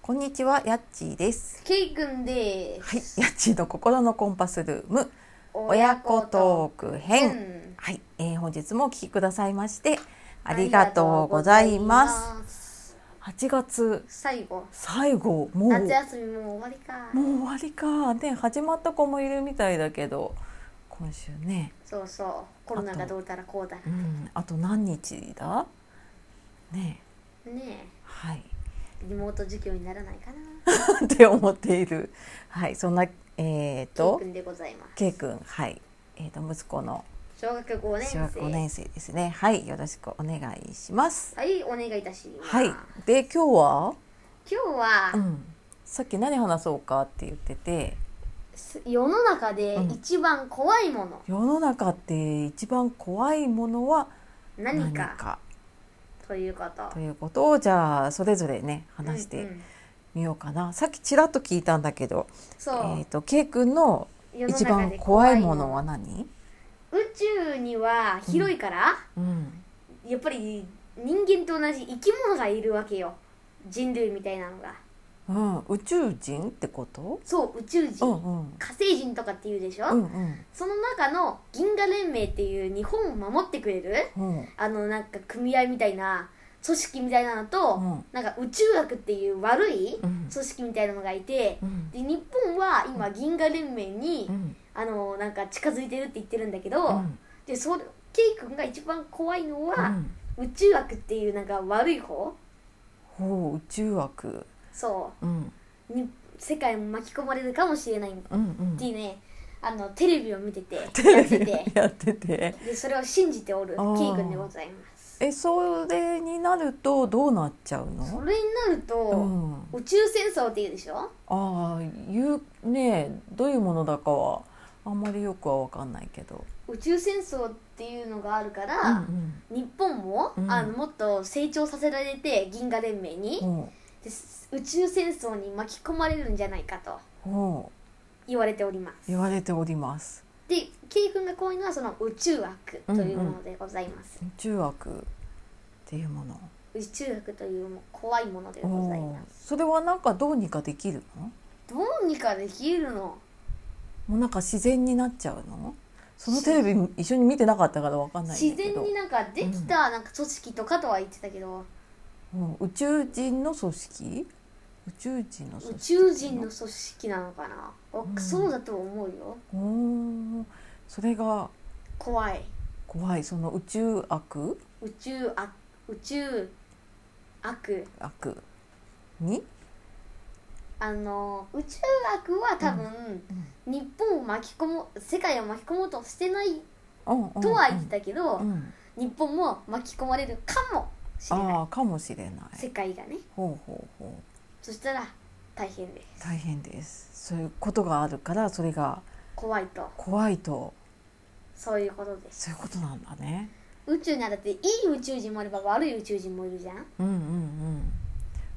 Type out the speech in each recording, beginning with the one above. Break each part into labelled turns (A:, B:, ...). A: こんにちは、やっちーです。
B: ケイくんで
A: はい、
B: す。
A: やっちーの心のコンパスルー ム親子トーク編。
B: 編
A: はい、えー、本日もお聞きくださいましてありがとうございます。
B: す。
A: 8月
B: 最後
A: 最後もう
B: 夏休みもう終わりか。
A: もう終わりかね始まった子もいるみたいだけど今週ね、
B: そうそうコロナがどうたらこうだ
A: うん、あと何日だねえ
B: ね
A: はい
B: えリモート授業にならないかな。
A: って思っているはいそんなえっ、と
B: ケイくんでございます。
A: K 君はい、えー、と息子の
B: 小学五年
A: 小学
B: 生。
A: 5年生ですねはいよろしくお願いします
B: はいお願いいたします。
A: はい
B: 今
A: で今日は、
B: 日は、
A: うん、さっき何話そうかって言ってて
B: す世の中で一番怖いもの、
A: 世の中って一番怖いものは
B: 何かということ。
A: ということをじゃあそれぞれね話し
B: うんう
A: て
B: ん
A: みようかな、さっきちらっと聞いたんだけど、
B: そう、
A: えー、と K 君の
B: 世の
A: 一
B: 中
A: 番
B: で
A: 怖いものは何、
B: 宇宙には広いから、
A: うん、
B: やっぱり人間と同じ生き物がいるわけよ人類みたいなのが
A: うん、宇宙人ってこと
B: そう宇宙
A: う
B: 人、
A: んうん
B: 火星人とかっていうでしょ、
A: うん
B: その中の銀河連盟っていう日本を守ってくれる
A: うんうん
B: あのなんか組合みたいな組織みたいなのと、
A: うん
B: なんか宇宙学っていう悪い
A: うん
B: 組織みたいなのがいて、
A: うん
B: で日本は今銀河連盟に、
A: うん
B: あのなんか近づいてるって言ってるんだけど、
A: うん
B: でそれケイ君が一番怖いの
A: う
B: は、
A: ん
B: 宇宙学っていうなんか悪い方
A: ほう宇宙枠
B: そう
A: うん
B: に世界も巻き込まれるかもしれないっ
A: うんうん
B: ていうね、あのテレビを見てて
A: テ
B: や
A: レ
B: って
A: ビ
B: て
A: やってて
B: でそれを信じておる
A: あー
B: ケイ君でございます
A: えそれになるとどうなっちゃう
B: そ
A: の、
B: れになると、
A: うん、あ
B: 宇宙戦争っていうでしょ
A: あいうねどういうものだかはあんまりよくは分かんないけど、
B: 宇宙戦争っていうのがあるか
A: う
B: ら、
A: ん
B: 日本も、
A: うん
B: あのもっと成長させられて銀河連盟に
A: う、ん、
B: です宇宙戦争に巻き込まれるんじゃないかと
A: うんうん
B: 言われております
A: 言われております
B: でケイ君が怖いのはその宇宙枠というものでございます、
A: 宇宙枠っていうもの
B: 宇宙学というも怖いもので
A: う
B: ござい
A: ん
B: ます
A: それはなんかどうにかできるの
B: どうにかできるの
A: もうなんか自然になっちゃうのそのテレビ一緒に見てなかったから分かんないん
B: 自
A: だけ
B: 然
A: ど
B: になんかできたなんか組織とかとは言ってたけど、
A: うん宇宙人の組織宇宙人の
B: 宇
A: 組織
B: 宙人の組織なのかな、お
A: うん
B: そうだと思うよ
A: おーそれが
B: 怖い
A: 怖いその宇宙悪
B: 宇宙悪宇宙悪
A: 悪に
B: あの宇宙悪は多分、日本を巻き込もう世界を巻き込もうとしてないと
A: と
B: は言ってたけど、
A: うん、
B: 日本も巻き込まれるかもしれない
A: ああかもしれない
B: 世界がね
A: ほうほうほう
B: そしたら大変です
A: 大変ですそういうことがあるからそれが
B: 怖いと
A: 怖いと
B: そういうことです
A: そういうことなんだね
B: 宇宙ならだっていい宇宙人もあれば悪い宇宙人もいるじゃん
A: うんうんうん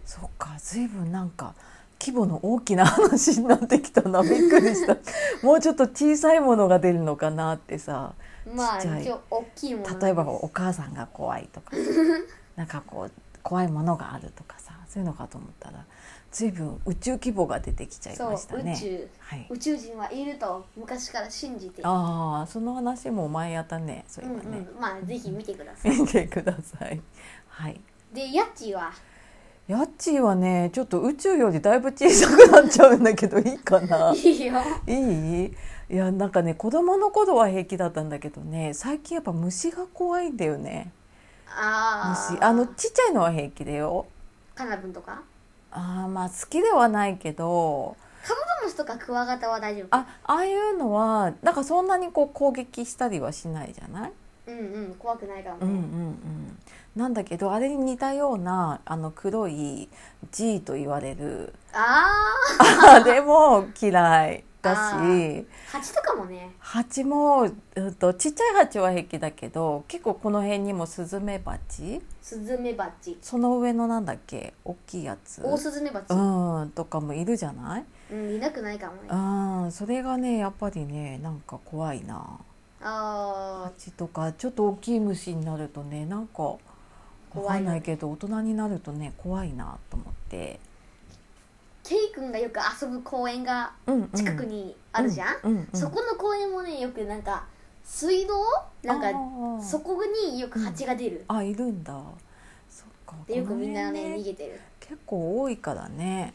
A: そっか随分なんか規模の大きな話になってきたなびっくりしたもうちょっと小さいものが出るのかなってさ
B: ま
A: ちっ
B: あ
A: ちゃい
B: 一応大きいものなんです
A: 例えばお母さんが怖いと かなんかこう怖いものがあるとかさそういうのかと思ったら随分宇宙規模が出てきちゃい
B: そう
A: ましたね。
B: 宇宙
A: はい、
B: 宇宙人はいると昔から信じて
A: ああその話も前やったねそう
B: う
A: いえ
B: んう
A: ばね、
B: んまあぜひ見てください
A: 見てください。はい
B: でヤッチーは
A: ヤッチーはねちょっと宇宙よりだいぶ小さくなっちゃうんだけどいいかな
B: いいよ
A: いいいやなんかね子供の頃は平気だったんだけどね最近やっぱ虫が怖いんだよね
B: あ
A: 虫
B: あ
A: あのちっちゃいのは平気だよ
B: カナブンとか
A: あーまあ好きではないけど
B: カブトムシとかクワガタは大丈夫
A: あああいうのはなんかそんなにこう攻撃したりはしないじゃない、
B: うんうん怖くないか
A: うんうんう
B: もね
A: ん、なんだけどあれに似たようなあの黒い G と言われる
B: あ
A: あれも嫌いだ
B: あ
A: し
B: あ蜂とかもね
A: 蜂も、うん、とちっちゃい蜂は平気だけど結構この辺にもスズメバチ
B: スズメバチ
A: その上のなんだっけ大きいやつ
B: オオスズメバチ
A: うんとかもいるじゃない
B: うんいなくないかもね
A: うんそれがねやっぱりねなんか怖いな
B: ああ
A: 蜂とかちょっと大きい虫になるとねなんかわ
B: 怖
A: か
B: い
A: ん
B: よ
A: な
B: ね
A: いけど大人になるとね怖いなと思って
B: ケイ君がよく遊ぶ公園が近くにあるじゃん、
A: うんうん
B: そこの公園もねよくなんか水道なん
A: あ
B: か
A: ー
B: そこによく蜂が出る、
A: あいるんだそっか
B: でよく
A: この
B: みんなね
A: 辺
B: 逃げてる
A: 結構多いからね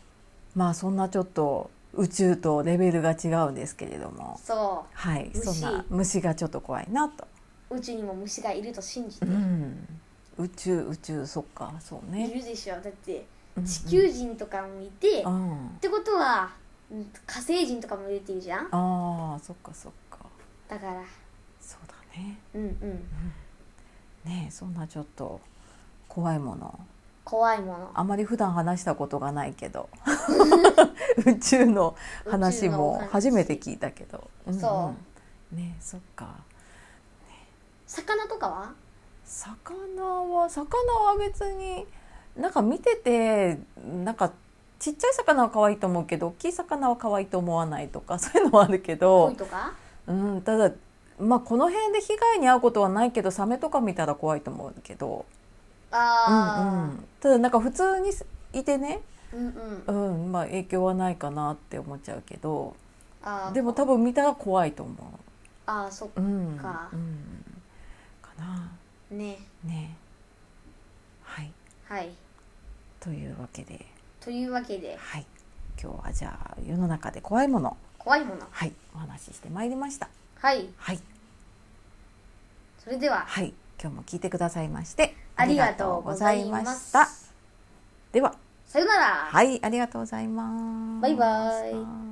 A: まあそんなちょっと宇宙とレベルが違うんですけれども
B: そ
A: はい
B: 虫
A: そんな虫がちょっと怖いなと、
B: う宇宙にも虫がいると信じて
A: う
B: い
A: ん、宇宙宇宙そっかそうね
B: るでしょだって
A: うん
B: 地球人とかもいて、
A: う
B: っ
A: んうん
B: てことはうん火星人とかもいるっていうじゃん
A: ああそっかそっか
B: だから
A: そうだね
B: うんうん
A: ねえそんなちょっと怖いもの
B: 怖いもの
A: あまり普段話したことがないけ ど宇宙の話も初めて聞いたけど、うんうん
B: そ
A: ねえそっか
B: 魚とかは
A: 魚は魚は別になんか見ててなんかちっちゃい魚は可愛いと思うけど大きい魚は可愛いと思わないとか そういうのはあるけ
B: 鯉
A: ど、
B: とか
A: うん、ただまあこの辺で被害に遭うことはないけどサメとか見たら怖いと思うけど、うんう
B: あ
A: ん、ただなんか普通にいてね、
B: あうんうん
A: うんまあ、影響はないかなって思っちゃうけど
B: あー
A: でも多分見たら怖いと思
B: ああそっか
A: う。うん、
B: か
A: うん、かな
B: ね
A: ねはい
B: はい
A: というわけで。
B: というわけで
A: はい、今日はじゃあ世の中で怖いもの、
B: 怖いもの
A: はい、お話ししてまいりました。
B: はい
A: はい、
B: それでは
A: はい、今日も聞いてくださいまして
B: ありがとうございま
A: ありがとうござ
B: し
A: いま
B: た
A: したでは、
B: さよなら
A: はい、ありがとうございます。
B: バイバイ
A: はーい